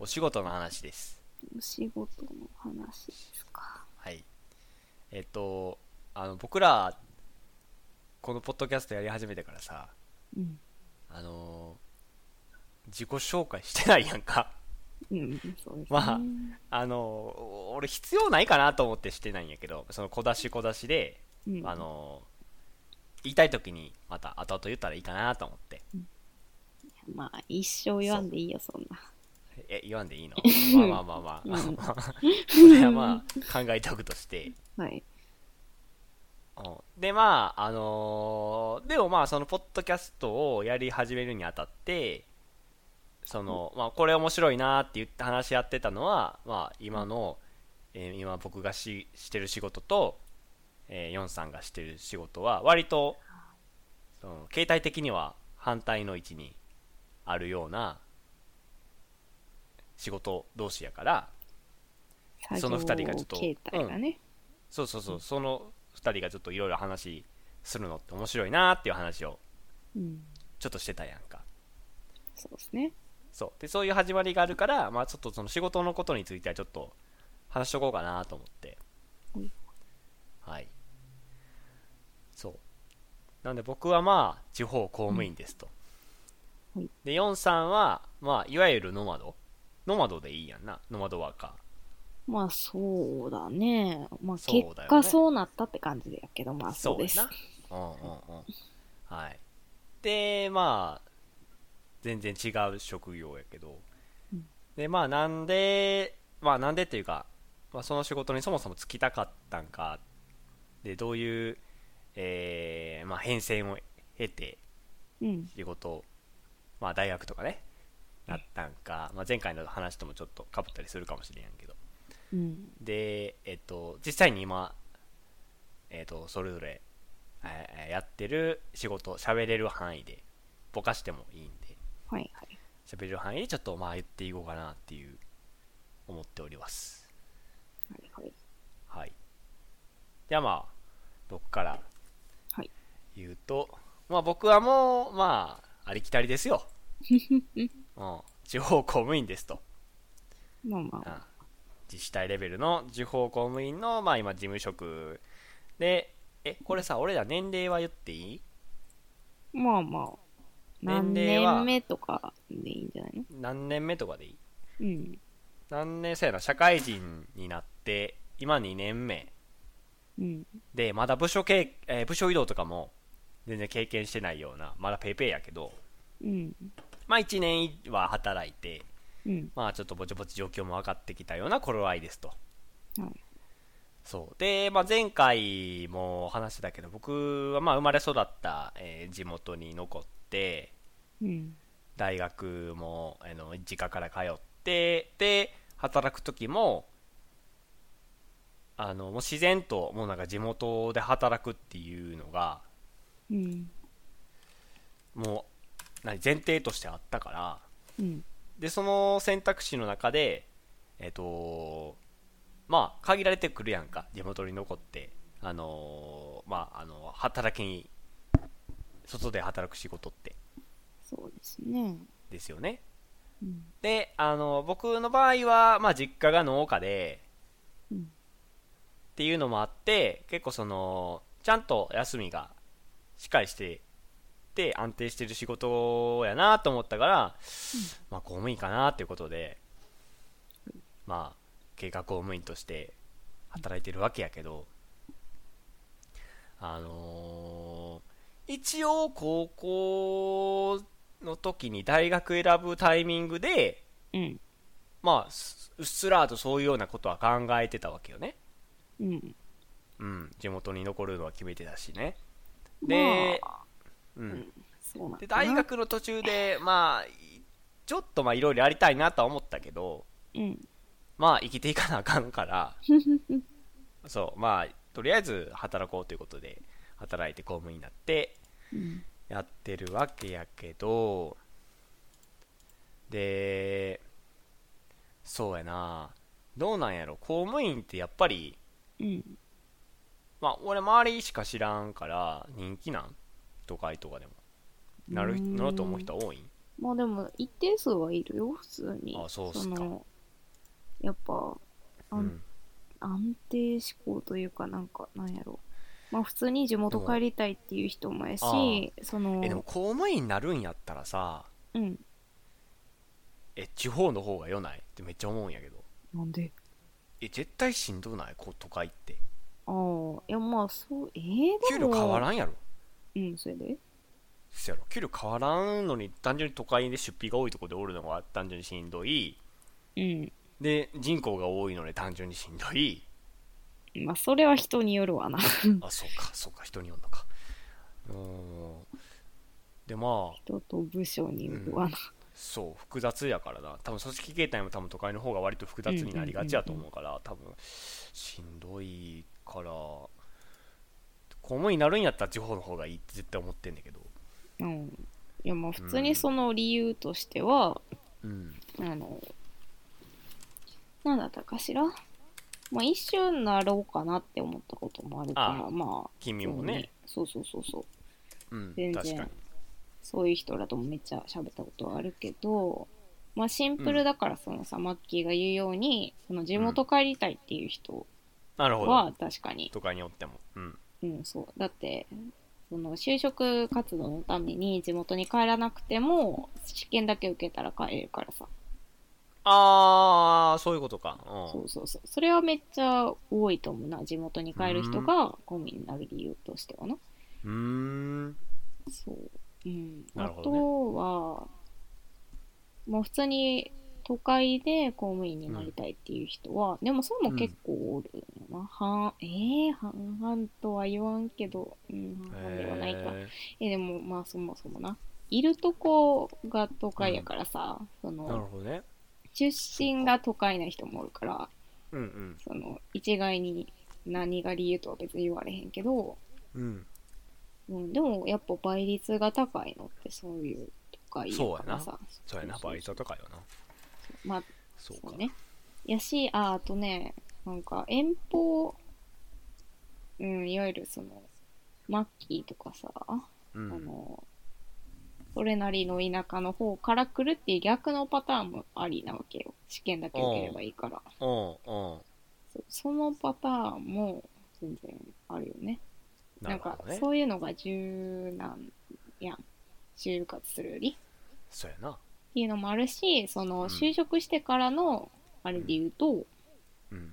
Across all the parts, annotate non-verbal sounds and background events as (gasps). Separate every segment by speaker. Speaker 1: お仕事の話です。
Speaker 2: お仕事の話ですか。
Speaker 1: はい。えっと、あの、僕ら、このポッドキャストやり始めてからさ、
Speaker 2: うん。
Speaker 1: あのー自己紹介してないやんか。
Speaker 2: うん、そうですね。
Speaker 1: まああのー俺必要ないかなと思ってしてないんやけど、その小出し小出しで、
Speaker 2: うん、
Speaker 1: あ、のー言いたい時にまた後々言ったらいいかなと思って。
Speaker 2: まあ、一生言わんでいいよ、そんな。
Speaker 1: え、言わんでいいのまあまあまあまあ
Speaker 2: うん。
Speaker 1: それは (laughs) まあ、考えておくとして。
Speaker 2: はい。
Speaker 1: うんでまああのーでもまあそのポッドキャストをやり始めるにあたってその、まあ、これ面白いなーって言って話し合ってたのは、まあ、今の、えー今僕がししてる仕事と、えーヨンさんがしてる仕事は割とその携帯的には反対の位置にあるような仕事同士やからその二人がちょっと
Speaker 2: 作業形態がね。
Speaker 1: そうそうそう、その2人がちょっといろいろ話するのって面白いなーっていう話を
Speaker 2: うん。
Speaker 1: ちょっとしてたやんか
Speaker 2: そうですね。
Speaker 1: そうでそういう始まりがあるから、まあ、ちょっとその仕事のことについてはちょっと話しとこうかなと思って
Speaker 2: うん
Speaker 1: はいそうなんで僕はまあ地方公務員ですと、
Speaker 2: うんはい
Speaker 1: でヨンさんは、まあ、いわゆるノマドノマドでいいやんなノマドワーカ
Speaker 2: まあ、そうだね。まあ、
Speaker 1: そうだよね
Speaker 2: 結果そうなったって感じやけど、ま
Speaker 1: ー
Speaker 2: あ、そうです。
Speaker 1: やなうんうんうんはいでまあ全然違う職業やけど、
Speaker 2: うん
Speaker 1: でまあなんでまあなんでっていうか、まあ、その仕事にそもそも就きたかったんかでどういう、えーまあ、変遷を経て
Speaker 2: うん。
Speaker 1: 仕事をまあ大学とかねなったんか、まあ、前回の話ともちょっとかぶったりするかもしれんやけど
Speaker 2: うん。
Speaker 1: で、えっと、実際に今、えっと、それぞれ、えーやってる仕事、喋れる範囲で、ぼかしてもいいんで、
Speaker 2: はいはい。
Speaker 1: 喋れる範囲でちょっとまあ言っていこうかなっていう、思っております。
Speaker 2: はいはい。
Speaker 1: はい。じゃあまあ、僕から
Speaker 2: はい
Speaker 1: 言うと、まあ僕はもう、まあ、ありきたりです
Speaker 2: (laughs)
Speaker 1: よ。うん。地方公務員ですと。
Speaker 2: まあまあ、
Speaker 1: 自治体レベルの地方公務員の、まあ、今事務職でえこれさ俺ら年齢は言っていい
Speaker 2: まあまあ。何
Speaker 1: 年齢は
Speaker 2: 年目とかでいいんじゃないの
Speaker 1: 何年目とかでいい
Speaker 2: うん。
Speaker 1: 何年生やな社会人になって今2年目
Speaker 2: うん。
Speaker 1: でまだ部署経、えー部署移動とかも全然経験してないようなまだペイペイやけど
Speaker 2: うん。
Speaker 1: まあ1年は働いて
Speaker 2: うん。
Speaker 1: まあちょっとぼちぼち状況も分かってきたような頃合いですと
Speaker 2: はい。
Speaker 1: そうで、まあ、前回も話してたけど僕はまあ生まれ育った、えー地元に残って
Speaker 2: うん。
Speaker 1: 大学もあの実家から通ってで働く時もあのもう自然ともうなんか地元で働くっていうのが
Speaker 2: うん。
Speaker 1: もう何前提としてあったから
Speaker 2: うん。
Speaker 1: でその選択肢の中でえっ、とまあ限られてくるやんか地元に残ってあのーまああの働きに外で働く仕事って
Speaker 2: そうですね。
Speaker 1: ですよね
Speaker 2: うん。
Speaker 1: であの僕の場合はまあ実家が農家で
Speaker 2: うん。
Speaker 1: っていうのもあって結構そのちゃんと休みがしっかりしてて安定してる仕事やなと思ったから、まあ公務員かなっていうことでまあ計画公務員として働いてるわけやけどあのー一応高校の時に大学選ぶタイミングで
Speaker 2: うん。
Speaker 1: まあすうっすらとそういうようなことは考えてたわけよね
Speaker 2: うん。
Speaker 1: うん、地元に残るのは決めてたしね。
Speaker 2: ま
Speaker 1: で、
Speaker 2: あ、
Speaker 1: うん、
Speaker 2: そうなん
Speaker 1: で
Speaker 2: だな
Speaker 1: 大学の途中で、まあ、いちょっとまあいろいろやりたいなとは思ったけど、
Speaker 2: うん。
Speaker 1: まあ生きていかなあかん
Speaker 2: (laughs)
Speaker 1: から、そう、まあとりあえず働こうということで、働いて公務員になって
Speaker 2: うん。
Speaker 1: やってるわけやけど、で、そうやな、どうなんやろ、公務員ってやっぱり、
Speaker 2: うん。
Speaker 1: まあ、俺周りしか知らんから人気なん都会とかでもなる
Speaker 2: うーん
Speaker 1: なろうと思う人多いん
Speaker 2: まあでも、一定数はいるよ、普通に。
Speaker 1: あそうっすか
Speaker 2: の、やっぱ、
Speaker 1: う
Speaker 2: 安
Speaker 1: ん、
Speaker 2: 安定志向というか、なんか、なんやろまあ普通に地元帰りたいっていう人もや
Speaker 1: でも
Speaker 2: し、その
Speaker 1: え、でも公務員になるんやったらさ
Speaker 2: うん、
Speaker 1: え地方の方がよないってめっちゃ思うんやけど
Speaker 2: なんで。
Speaker 1: え絶対しんどくないこう都会って
Speaker 2: ああ、いやまあそう、えー、で
Speaker 1: 給料
Speaker 2: も、
Speaker 1: 変わらんやろ
Speaker 2: うん、それで
Speaker 1: そやろ給料変わらんのに単純に都会で出費が多いところでおるのが単純にしんどい
Speaker 2: うん。
Speaker 1: で人口が多いので単純にしんどい
Speaker 2: まあそれは人によるわな。
Speaker 1: あそうかそうか人によんのかうーんでまあ
Speaker 2: 人と部署によるわな。
Speaker 1: そう複雑やからな多分組織形態も多分都会の方が割と複雑になりがちやと思うから、多分しんどいから公務員になるんやったら地方の方がいいって絶対思ってんだけど
Speaker 2: うん。いやまあ普通にその理由としては、
Speaker 1: うん
Speaker 2: あの、なんだったかしらまあ一周になろうかなって思ったこともあるから、
Speaker 1: ああ
Speaker 2: まあ、
Speaker 1: 君もね
Speaker 2: そうそうそうそう。
Speaker 1: うん
Speaker 2: 全然
Speaker 1: 確かに
Speaker 2: そういう人らともめっちゃ喋ったことはあるけど、まあシンプルだからそのさ、マッキーが言うように、その地元帰りたいっていう人
Speaker 1: なるほど
Speaker 2: は確かに、
Speaker 1: 都会におってもうん
Speaker 2: うん、そう。だって、その就職活動のために地元に帰らなくても、試験だけ受けたら帰れるからさ。
Speaker 1: ああそういうことかう
Speaker 2: そ
Speaker 1: ん
Speaker 2: うそうそう。それはめっちゃ多いと思うな。地元に帰る人が公務員になる理由としてはな。
Speaker 1: うーん
Speaker 2: そう。うん。
Speaker 1: な
Speaker 2: あ
Speaker 1: るほどね
Speaker 2: とは、もう普通に都会で公務員になりたいっていう人は、でもそれも結構おるよな。半、えー、半々とは言わんけど、うん、半々ではないか。
Speaker 1: へ
Speaker 2: え、でもまあそもそもな。いるとこが都会やからさ、そ
Speaker 1: ーなる
Speaker 2: の、
Speaker 1: ほどね
Speaker 2: 出身が都会な人もおるから、
Speaker 1: うんうん
Speaker 2: その、一概に何が理由とは別に言われへんけど、
Speaker 1: うん
Speaker 2: うん、でもやっぱ倍率が高いのってそういう都会やからさ。
Speaker 1: そうやなバイトとかよな
Speaker 2: まあ、
Speaker 1: そ
Speaker 2: そう
Speaker 1: か
Speaker 2: うね。やし、あ、あとね、なんか遠方、うん、いわゆるその、マッキーとかさ、
Speaker 1: う
Speaker 2: あ
Speaker 1: ん
Speaker 2: の、それなりの田舎の方から来るっていう逆のパターンもありなわけよ。試験だけ受ければいいから。
Speaker 1: うんうん
Speaker 2: そそのパターンも全然あるよね。
Speaker 1: な
Speaker 2: なん
Speaker 1: るほ
Speaker 2: か
Speaker 1: どね
Speaker 2: そういうのが柔軟やん。就活するより。
Speaker 1: そうやな
Speaker 2: っていうのもあるし、そ
Speaker 1: ん
Speaker 2: の就職してからのあれで言うと、
Speaker 1: うん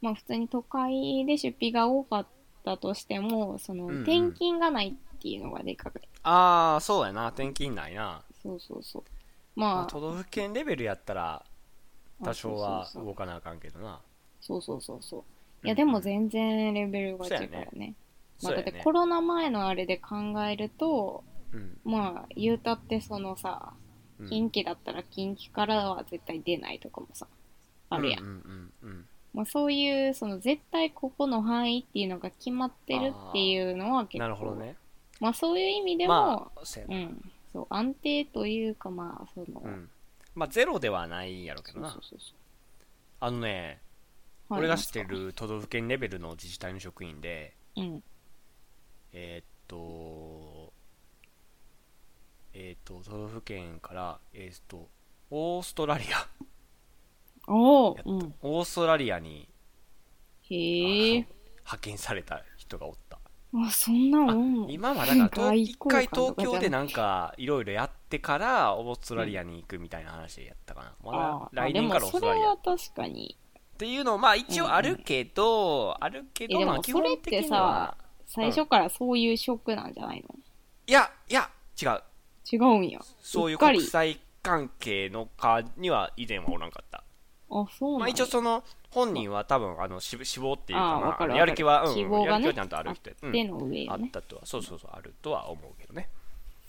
Speaker 2: まあ普通に都会で出費が多かったとしても、その
Speaker 1: うんうん
Speaker 2: 転勤がないっていうのがでかく、
Speaker 1: ああそうやな転勤ないな、
Speaker 2: そうそうそう。
Speaker 1: ま
Speaker 2: ま
Speaker 1: あ、
Speaker 2: あ、
Speaker 1: 都道府県レベルやったら
Speaker 2: あ
Speaker 1: 多少は
Speaker 2: そうそうそう
Speaker 1: 動かなあかんけどな
Speaker 2: そうそうそうそう。い
Speaker 1: うん
Speaker 2: やでも全然レベルが違う
Speaker 1: そうや
Speaker 2: ね。
Speaker 1: そ
Speaker 2: まあ、
Speaker 1: う
Speaker 2: だ
Speaker 1: や
Speaker 2: って
Speaker 1: ね
Speaker 2: コロナ前のあれで考えると、
Speaker 1: うん
Speaker 2: まあ言うたってそのさ、
Speaker 1: うん
Speaker 2: 近畿だったら近畿からは絶対出ないとかもさ、あるやん。
Speaker 1: うんうんうんうん
Speaker 2: まあ、そういうその絶対ここの範囲っていうのが決まってるっていうのは結構、
Speaker 1: なるほどね
Speaker 2: まあそういう意味でも、
Speaker 1: まあそうや
Speaker 2: う
Speaker 1: な、
Speaker 2: ん、そう安定というかまあその、
Speaker 1: うんまあゼロではないやろうけ
Speaker 2: そ
Speaker 1: ど
Speaker 2: う
Speaker 1: な
Speaker 2: そうそうそ
Speaker 1: あのね
Speaker 2: う、はい
Speaker 1: 俺が知って、る都道府県レベルの自治体の職員で
Speaker 2: うん、
Speaker 1: えーっとえーっと都道府県からえーっとオーストラリア
Speaker 2: おお
Speaker 1: やっ、た
Speaker 2: うん、
Speaker 1: オーストラリアに
Speaker 2: へえ
Speaker 1: 派遣された人がおった
Speaker 2: あそんなん
Speaker 1: あ
Speaker 2: おんの
Speaker 1: 今はだから東
Speaker 2: 外
Speaker 1: 一
Speaker 2: 交官
Speaker 1: 回
Speaker 2: と
Speaker 1: 東
Speaker 2: かじゃな
Speaker 1: 京
Speaker 2: くて
Speaker 1: でなんかいろいろやってからオーストラリアに行くみたいな話やったかな、ま
Speaker 2: あ
Speaker 1: だ来
Speaker 2: で
Speaker 1: 年
Speaker 2: も
Speaker 1: からオース
Speaker 2: そ
Speaker 1: ト
Speaker 2: れ
Speaker 1: ラリアっ
Speaker 2: は確かに
Speaker 1: ていうのまあ一応あるけど、あるけど
Speaker 2: えでも
Speaker 1: まあ基本的には
Speaker 2: 最初からそういう職なんじゃないの、
Speaker 1: いやいや違う
Speaker 2: 違うんや
Speaker 1: そういう
Speaker 2: っかり
Speaker 1: 国際関係の課には以前はおらんかった、
Speaker 2: あそうなん
Speaker 1: まあ、
Speaker 2: や
Speaker 1: 一応その本人は多分あの死死亡っていう
Speaker 2: あ
Speaker 1: か
Speaker 2: あ
Speaker 1: ま
Speaker 2: わ
Speaker 1: あ
Speaker 2: かるわかる
Speaker 1: やる気は、うん、
Speaker 2: 希望
Speaker 1: や
Speaker 2: が
Speaker 1: る
Speaker 2: ね
Speaker 1: 気はちゃんとある人や
Speaker 2: あっ
Speaker 1: う
Speaker 2: て
Speaker 1: ん
Speaker 2: の上
Speaker 1: あ
Speaker 2: よ
Speaker 1: っ
Speaker 2: ね
Speaker 1: たとはそうそうそうあるとは思うけどね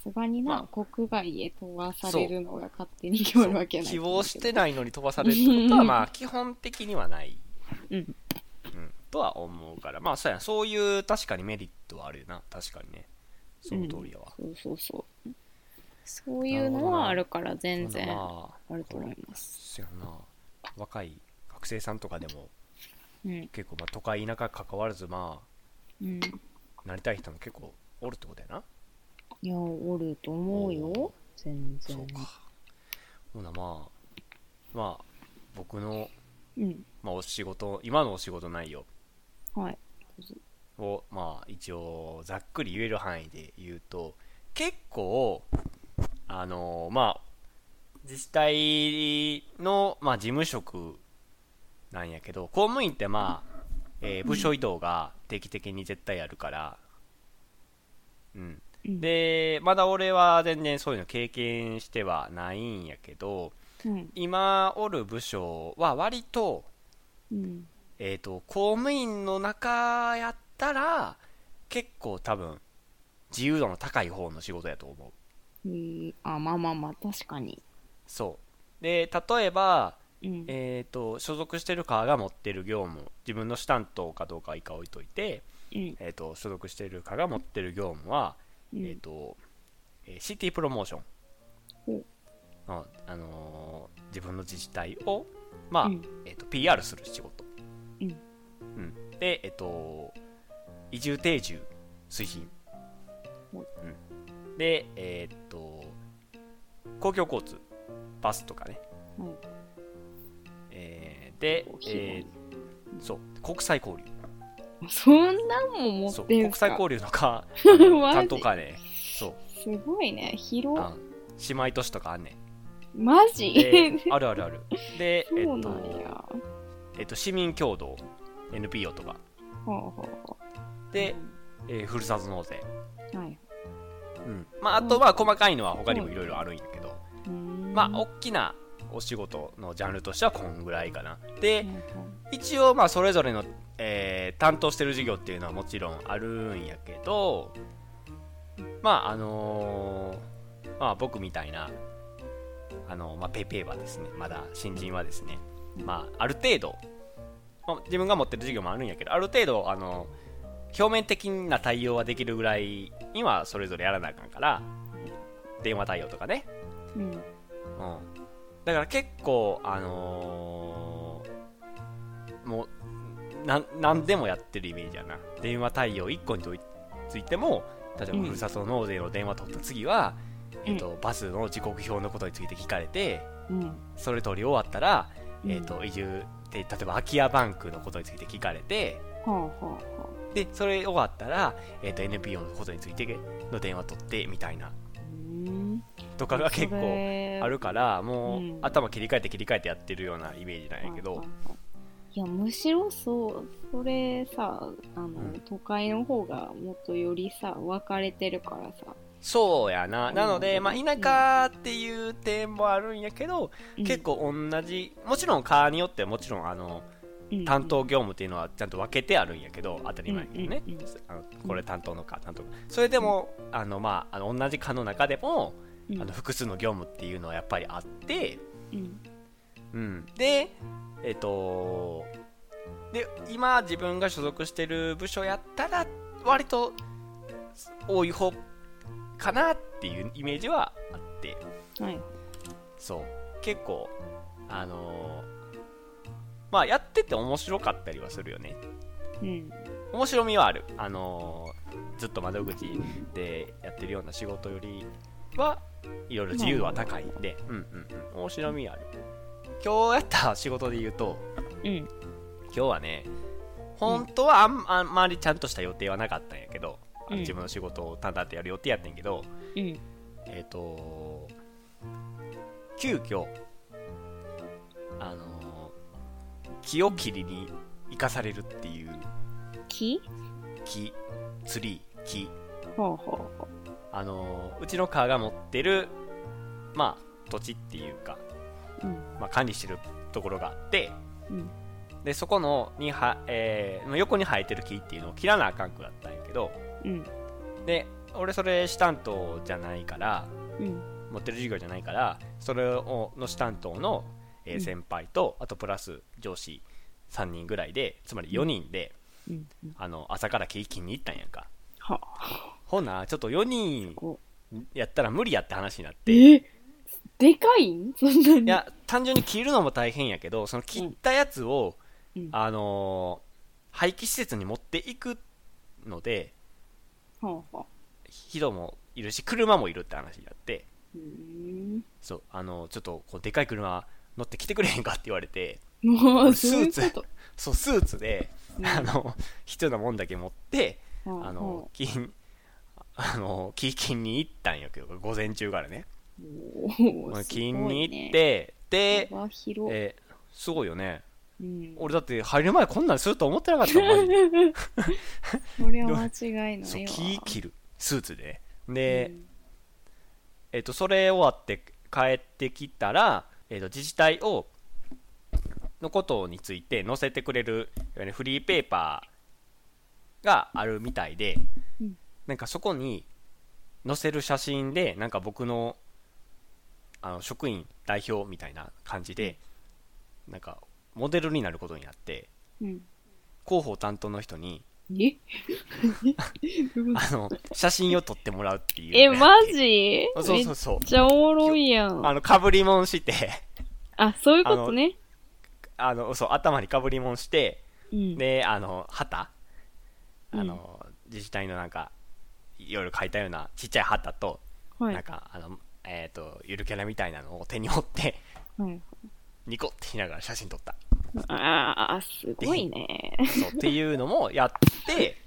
Speaker 2: さすがにな、
Speaker 1: ま
Speaker 2: 国外へ飛ばされるのが勝手に決まるわけない
Speaker 1: 希望して
Speaker 2: い、
Speaker 1: ないのに飛ばされるってことはまあ基本的にはない、
Speaker 2: うん、
Speaker 1: うん、とは思うからまあそうやそういう確かにメリットはあるよな確かにねその通りやわ、
Speaker 2: そうそうそうそういうのはあるから全然
Speaker 1: まあまあ
Speaker 2: あると思います
Speaker 1: そうやな若い学生さんとかでも
Speaker 2: うん
Speaker 1: 結構まあ都会田舎関わらずま
Speaker 2: うん
Speaker 1: あなりたい人も結構おるってことやない
Speaker 2: やおると思うよ全然。
Speaker 1: そうか。ほな、まあ、まあ、僕の、
Speaker 2: うん。
Speaker 1: まあ、お仕事、今のお仕事内容
Speaker 2: はい。
Speaker 1: を、まあ、一応、ざっくり言える範囲で言うと、結構、あのまあ、自治体の、まあ、事務職なんやけど、公務員って、まあ、えー部署移動が定期的に絶対あるから、うん。
Speaker 2: うん、
Speaker 1: で、まだ俺は全然そういうの経験してはないんやけど、
Speaker 2: うん。
Speaker 1: 今おる部署は割と,、
Speaker 2: うん。
Speaker 1: えー、と公務員の中やったら結構多分自由度の高い方の仕事やと思う
Speaker 2: えー、あ、まあまあまあ、確かに。
Speaker 1: そうで例えば、
Speaker 2: うん。
Speaker 1: えー、と所属してる課が持ってる業務自分の主担当かどうかは一回置いといて、
Speaker 2: うん。
Speaker 1: えー、と所属してる課が持ってる業務は、
Speaker 2: う
Speaker 1: えっ、
Speaker 2: ん。
Speaker 1: と、えー、シティプロモーショ
Speaker 2: ほ
Speaker 1: ン
Speaker 2: う
Speaker 1: の、あのー自分の自治体を、まあ
Speaker 2: うん
Speaker 1: えー、と PR する仕事、
Speaker 2: う
Speaker 1: う
Speaker 2: ん
Speaker 1: んで、えっと移住定住推進、
Speaker 2: ほう
Speaker 1: うんで、えっと公共交通バスとかね、
Speaker 2: はい
Speaker 1: えーで
Speaker 2: コー、ヒー
Speaker 1: えーそう国際交流
Speaker 2: そんなんも持
Speaker 1: そう
Speaker 2: ってん
Speaker 1: 国
Speaker 2: す
Speaker 1: 際
Speaker 2: か
Speaker 1: 交流の
Speaker 2: (laughs)
Speaker 1: かあの
Speaker 2: マジ
Speaker 1: 担当課ねそう
Speaker 2: すごいね。広
Speaker 1: あ
Speaker 2: っ。
Speaker 1: の姉妹都市とかあ
Speaker 2: (laughs)
Speaker 1: んねん
Speaker 2: マジ
Speaker 1: であるあるある。で、え
Speaker 2: そう
Speaker 1: っ
Speaker 2: なんや。
Speaker 1: と、
Speaker 2: は
Speaker 1: えっと、市民協同、NPO とか。
Speaker 2: あはあは
Speaker 1: で、えーふるさと納税。
Speaker 2: あ。はい。
Speaker 1: うん。まあ、あと、まあ、細かいのは他にもいろいろあるんやけど、
Speaker 2: うーん
Speaker 1: まあ、大きなお仕事のジャンルとしてはこんぐらいかな。で
Speaker 2: はい、はい
Speaker 1: 一応、まあ、それぞれの、えー担当してる事業っていうのはもちろんあるんやけど、まあ、あのーまあ、僕みたいな、あのまあ、ペイペイはですね、まだ新人はですね、まあ、ある程度、まあ、自分が持ってる事業もあるんやけど、ある程度、あの表面的な対応はできるぐらいにはそれぞれやらなあかんから、電話対応とかね、
Speaker 2: うん。
Speaker 1: うん、だから結構あのーもうなん何でもやってるイメージやな電話対応1個にといついても例えば
Speaker 2: うん
Speaker 1: ふるさと納税の電話取った次は、
Speaker 2: うん
Speaker 1: えっとバスの時刻表のことについて聞かれて
Speaker 2: うん。
Speaker 1: それ取り終わったら、
Speaker 2: うん
Speaker 1: えっと移住で例えば空き家バンクのことについて聞かれて
Speaker 2: はあはあはあ。
Speaker 1: でそれ終わったら、えっと NPO のことについての電話取ってみたいなとかが結構あるからもう、
Speaker 2: うん
Speaker 1: 頭切り替えて切り替えてやってるようなイメージなんやけど、
Speaker 2: いやむしろそうそれさあの、
Speaker 1: うん
Speaker 2: 都会の方がもっとよりさ分かれてるからさ、
Speaker 1: そうやななので、
Speaker 2: うん
Speaker 1: まあ、田舎っていう点もあるんやけど、
Speaker 2: うん
Speaker 1: 結構同じもちろん川によってはもちろんあの
Speaker 2: うん
Speaker 1: 担当業務っていうのはちゃんと分けてあるんやけど当たり前やけどね、
Speaker 2: うんうんうん
Speaker 1: あのこれ担当のか担当の課それでも、あのまあ、あの同じ課の中でも、
Speaker 2: うん
Speaker 1: あの複数の業務っていうのはやっぱりあって、
Speaker 2: うん
Speaker 1: うん、でえっ、とで今自分が所属してる部署やったら割と多い方かなっていうイメージはあって
Speaker 2: はい
Speaker 1: そう結構あのーまあやってて面白かったりはするよね
Speaker 2: うん
Speaker 1: 面白みはあるあのーずっと窓口でやってるような仕事よりはいろいろ自由度は高いんで、うんうんうん、面白みはある今日やった仕事で言うと、
Speaker 2: うん
Speaker 1: 今日はね本当はあんあんまりちゃんとした予定はなかったんやけど、あの
Speaker 2: うん
Speaker 1: 自分の仕事をただってやる予定やったんやけど
Speaker 2: うん
Speaker 1: えっ、と急遽あのー木を切りに生かされるっていう
Speaker 2: 木
Speaker 1: 木ツリー木
Speaker 2: ほうほうほ
Speaker 1: あのーうちの川が持ってるまあ土地っていうか、
Speaker 2: ううん
Speaker 1: まあ、管理してるところがあって
Speaker 2: うん
Speaker 1: でそこのには、えーの横に生えてる木っていうのを切らなあかんくなったんやけど
Speaker 2: うん
Speaker 1: で俺それ主担当じゃないから
Speaker 2: うん
Speaker 1: 持ってる授業じゃないからそれをの主担当の、えー
Speaker 2: うん
Speaker 1: 先輩とあとプラス上司3人ぐらいでつまり4人で、
Speaker 2: うん
Speaker 1: あの朝から木切りに行ったんやんか
Speaker 2: は
Speaker 1: ほなちょっと4人
Speaker 2: こ
Speaker 1: やったら無理やって話になって
Speaker 2: うえでかいんそんなに
Speaker 1: いや単純に切るのも大変やけどその切ったやつを、
Speaker 2: うん
Speaker 1: あのー廃棄施設に持っていくので
Speaker 2: はあはあ
Speaker 1: 人もいるし車もいるって話になって
Speaker 2: うーん。
Speaker 1: そうあのちょっとこうでかい車乗って来てくれへんかって言われて
Speaker 2: もう、
Speaker 1: ス
Speaker 2: そうい
Speaker 1: ーツ
Speaker 2: うこと。
Speaker 1: そうスーツで、
Speaker 2: うん
Speaker 1: あの必要なもんだけ持って
Speaker 2: はい
Speaker 1: あの、金あのキーキンに行ったんやけど午前中からね
Speaker 2: はい、
Speaker 1: 金に行っ
Speaker 2: で、
Speaker 1: て、で、
Speaker 2: 幅広
Speaker 1: えーすごいよね
Speaker 2: うん、
Speaker 1: 俺だって入る前こんなんすると思ってなかったもんマジ
Speaker 2: (laughs)
Speaker 1: で
Speaker 2: それは間違い
Speaker 1: そ
Speaker 2: な
Speaker 1: う
Speaker 2: いわ。
Speaker 1: 木切るスーツでねで、えっとそれ終わって帰ってきたら、えっと自治体をのことについて載せてくれるいわゆるフリーペーパーがあるみたいで、
Speaker 2: うん
Speaker 1: なんかそこに載せる写真でなんか僕のあの職員代表みたいな感じで、なんかモデルになることになって
Speaker 2: うん。
Speaker 1: 広報担当の人に
Speaker 2: うん、え (laughs) どういうこ
Speaker 1: あの写真を撮ってもらうってい
Speaker 2: と
Speaker 1: う
Speaker 2: え、マジ
Speaker 1: そう
Speaker 2: め
Speaker 1: そ
Speaker 2: っ
Speaker 1: うそう
Speaker 2: ちゃおもろいやん。
Speaker 1: あ
Speaker 2: あ
Speaker 1: のかぶりもんして
Speaker 2: そういうことね。
Speaker 1: あのそう頭にかぶりもんして
Speaker 2: うん、
Speaker 1: であの旗
Speaker 2: うん
Speaker 1: あの、自治体のなんかいろいろ書いたようなちっちゃい旗と、
Speaker 2: はい、
Speaker 1: な
Speaker 2: は
Speaker 1: んかあの、えー、とゆるキャラみたいなのを手に持って (laughs)
Speaker 2: い。
Speaker 1: ニコって言いながら写真撮った
Speaker 2: ああ、すごいね。
Speaker 1: そうっていうのもや
Speaker 2: (laughs)
Speaker 1: って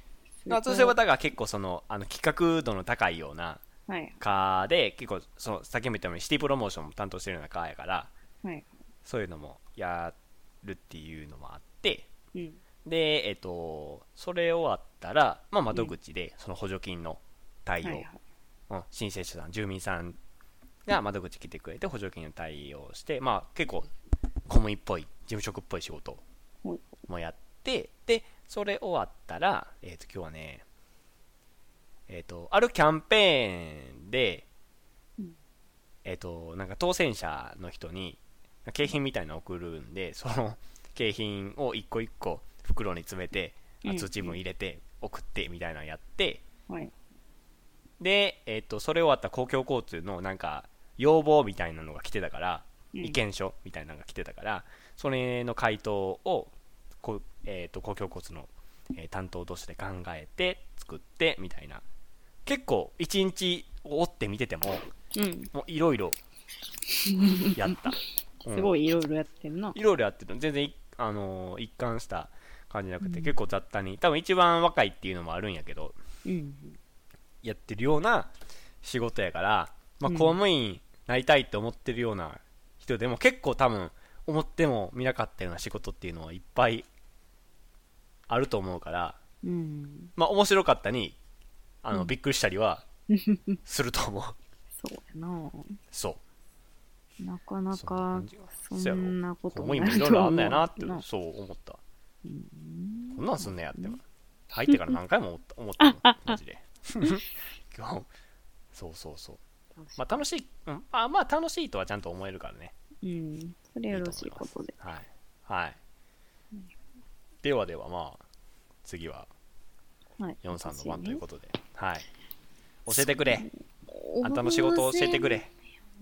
Speaker 1: まあそれはだから結構そのあの企画度の高いような
Speaker 2: はい、
Speaker 1: 課で結構その先も言ったようにシティプロモーションも担当してるような課やから
Speaker 2: はい。
Speaker 1: そういうのもやるっていうのもあって
Speaker 2: うん。
Speaker 1: で、えっと、それ終わったら、まあ、窓口でその補助金の対応、
Speaker 2: はい、はい。
Speaker 1: うん、申請者さん、住民さんが窓口来てくれて補助金の対応をして、まあ、結構公務員っぽい、事務職っぽい仕事
Speaker 2: はい
Speaker 1: もやって、で、それ終わったら、えっと、今日はね、えっと、あるキャンペーンで
Speaker 2: うん、
Speaker 1: えっと、なんか当選者の人に景品みたいなの送るんで、そ
Speaker 2: (laughs)
Speaker 1: の景品を一個一個袋に詰めて、あ
Speaker 2: うん
Speaker 1: 土分入れて送ってみたいなのやって、
Speaker 2: はい。
Speaker 1: で、えっとそれ終わった公共交通のなんか要望みたいなのが来てたから、
Speaker 2: うん
Speaker 1: 意見書みたいなのが来てたからそれの回答をこ、えっと公共交通の、えー担当同士で考えて作ってみたいな結構一日追って見てても
Speaker 2: うん。
Speaker 1: もういろいろや
Speaker 2: (laughs)
Speaker 1: った、うん
Speaker 2: すごいいろいろやってんな。
Speaker 1: いろいろやってる全然い、あのー一貫した感じじゃなくて、結構雑多に多分一番若いっていうのもあるんやけど
Speaker 2: うん。
Speaker 1: やってるような仕事やから、まあ、
Speaker 2: うん
Speaker 1: 公務員になりたいって思ってるような人でも結構多分思っても見なかったような仕事っていうのはいっぱいあると思うから、
Speaker 2: うん。
Speaker 1: まあ、面白かったにあの、
Speaker 2: うん
Speaker 1: びっくりしたり
Speaker 2: (laughs)
Speaker 1: はすると思う
Speaker 2: そうやな。 (laughs)
Speaker 1: そう
Speaker 2: なかな
Speaker 1: そんな
Speaker 2: か
Speaker 1: 感じ
Speaker 2: そんなこ
Speaker 1: 公
Speaker 2: と
Speaker 1: 務
Speaker 2: に
Speaker 1: 員
Speaker 2: な
Speaker 1: もい
Speaker 2: る
Speaker 1: ろい
Speaker 2: と
Speaker 1: ろ
Speaker 2: は
Speaker 1: あん
Speaker 2: 思
Speaker 1: だよな
Speaker 2: わ
Speaker 1: って
Speaker 2: な
Speaker 1: そう思った
Speaker 2: うん
Speaker 1: こんなんすんねやって入ってから何回も思った思ったもんマジで (laughs) 今日そうそうそうまあ楽しい、うん、あまあ楽しいとはちゃんと思えるからね
Speaker 2: うん。それよろしいことで。
Speaker 1: はい。はい。ではでは、まあ、次は、
Speaker 2: はい。。
Speaker 1: ヨンさんの番ということとで。はい。教えてくれ。あんたの仕事を教えてくれ。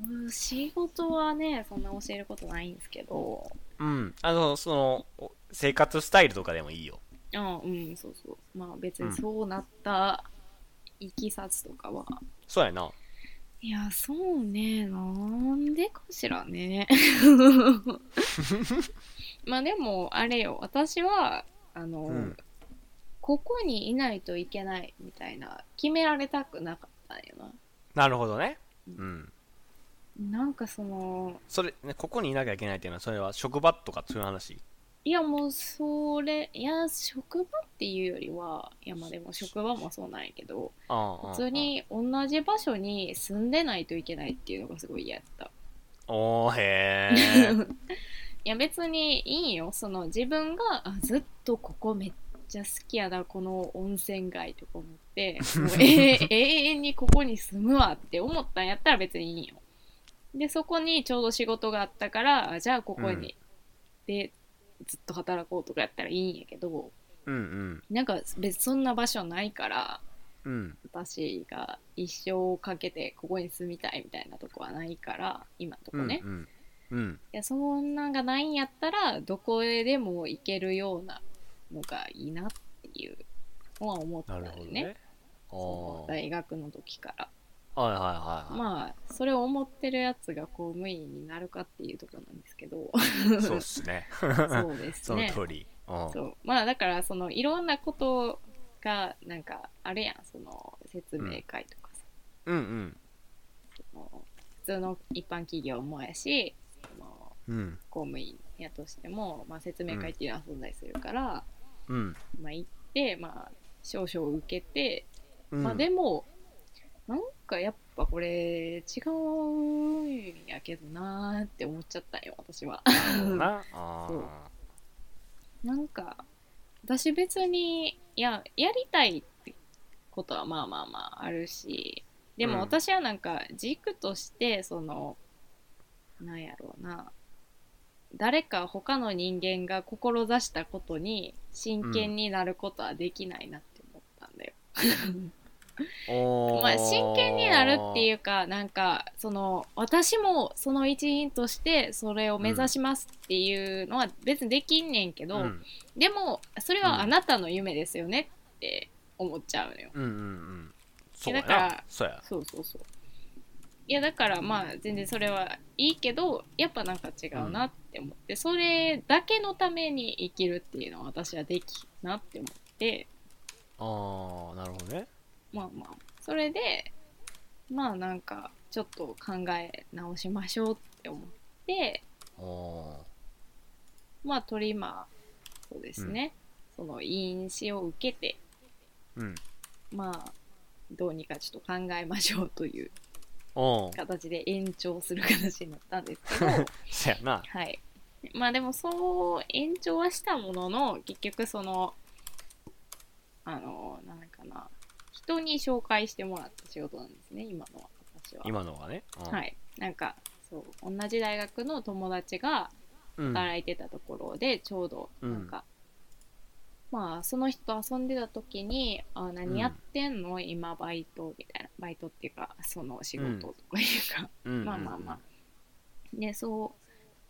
Speaker 2: うん。仕事はね、そんな教えることないんですけど。
Speaker 1: うん。あの、その、お生活スタイルとかでもいいよ。
Speaker 2: あうん、そうそう。まあ別にそうなったいきさつとかは。
Speaker 1: そうやな。
Speaker 2: いや、そうね。なんでかし
Speaker 1: (laughs)
Speaker 2: らね。まあでも、あれよ。私は、あの、
Speaker 1: うん
Speaker 2: ここにいないといけないみたいな、決められたくなかったんよな。
Speaker 1: なるほどね。うん。
Speaker 2: なんかその、
Speaker 1: それ、ね、ここにいなきゃいけないっていうのは、それは職場とかそういう話。
Speaker 2: いやもうそれ、いや、職場っていうよりは、いやまあでも職場もそうなんやけど、
Speaker 1: ああ。
Speaker 2: 普通に同じ場所に住んでないといけないっていうのがすごい嫌やった。
Speaker 1: ああ。おー、へえ。
Speaker 2: (laughs) いや別にいいよその自分があずっとここめっちゃ好きやなこの温泉街とか思って
Speaker 1: (laughs)
Speaker 2: もうえー永遠にここに住むわって思ったんやったら別にいいよでそこにちょうど仕事があったからあじゃあここに、
Speaker 1: うん
Speaker 2: でずっと働こうとかやったらいいんやけど
Speaker 1: うんうん。
Speaker 2: なんか別にそんな場所ないから
Speaker 1: うん。
Speaker 2: 私が一生をかけてここに住みたいみたいなとこはないから今のとこ
Speaker 1: う
Speaker 2: ね、
Speaker 1: んうん。うん。
Speaker 2: いやそんなんがないんやったらどこへでも行けるようなのがいいなっていうのは思った
Speaker 1: なんる
Speaker 2: だよ
Speaker 1: ほど
Speaker 2: ね
Speaker 1: ね。あ
Speaker 2: その
Speaker 1: あ。
Speaker 2: 大学の時から
Speaker 1: はいはいはい、は
Speaker 2: まあそれを思ってるやつが公務員になるかっていうところなんですけ
Speaker 1: (laughs)
Speaker 2: ど
Speaker 1: い。そうっすね。
Speaker 2: そうです
Speaker 1: その
Speaker 2: ね
Speaker 1: 通り。うん。
Speaker 2: そうまあだからそのいろんなことがなんかあるやんその説明会とかさ、
Speaker 1: うんうん。
Speaker 2: その普通の一般企業もやしその
Speaker 1: うん。
Speaker 2: 公務員やとしても、まあ、説明会っていうのは存在するから、
Speaker 1: うん。
Speaker 2: まあ行ってまあ少々受けて、
Speaker 1: うん、
Speaker 2: まあでもなんかやっぱこれ違うんやけどなーって思っちゃったんよ私は。 (laughs)
Speaker 1: そうな。あ
Speaker 2: そう
Speaker 1: あ。
Speaker 2: なんか私別にいややりたいってことはまあまあまああるしで
Speaker 1: うん
Speaker 2: も私はなんか軸としてその、なんやろうな誰か他の人間が志したことに真剣になることはできないなって思ったんだよ。
Speaker 1: おー
Speaker 2: まあ真剣になるっていうかなんかその私もその一員としてそれを目指しますっていうのは別にできんねんけど、
Speaker 1: うん
Speaker 2: でもそれはあなたの夢ですよねって思っちゃうのよ、
Speaker 1: うんうんうん。そうや
Speaker 2: だから
Speaker 1: な。そうや。
Speaker 2: そうそうそういやだからまあ全然それはいいけどやっぱなんか違うなって思って、それだけのために生きるっていうのは私はできひんなって思って
Speaker 1: ああ、なるほどね。
Speaker 2: まあまあそれでまあなんかちょっと考え直しましょうって思って
Speaker 1: お
Speaker 2: まあとりまあそうですね、その飲酒を受けて
Speaker 1: ーうん。
Speaker 2: まあどうにかちょっと考えましょうという
Speaker 1: おー
Speaker 2: 形で延長する形になったんですけど
Speaker 1: そうやな。
Speaker 2: はいまあでもそう延長はしたものの結局そのあのなんかな人に紹介してもらった仕事なんですね今のは私は
Speaker 1: 今のはね。うん
Speaker 2: はいなんかそう同じ大学の友達が
Speaker 1: うん。
Speaker 2: 働いてたところでちょうど
Speaker 1: うん
Speaker 2: なんか、まあその人と遊んでた時に「あ何やってんの、今バイト」みたいなバイトっていうかその仕事とかいうか、
Speaker 1: うんうん
Speaker 2: まあまあまあ。 (laughs) でそうこ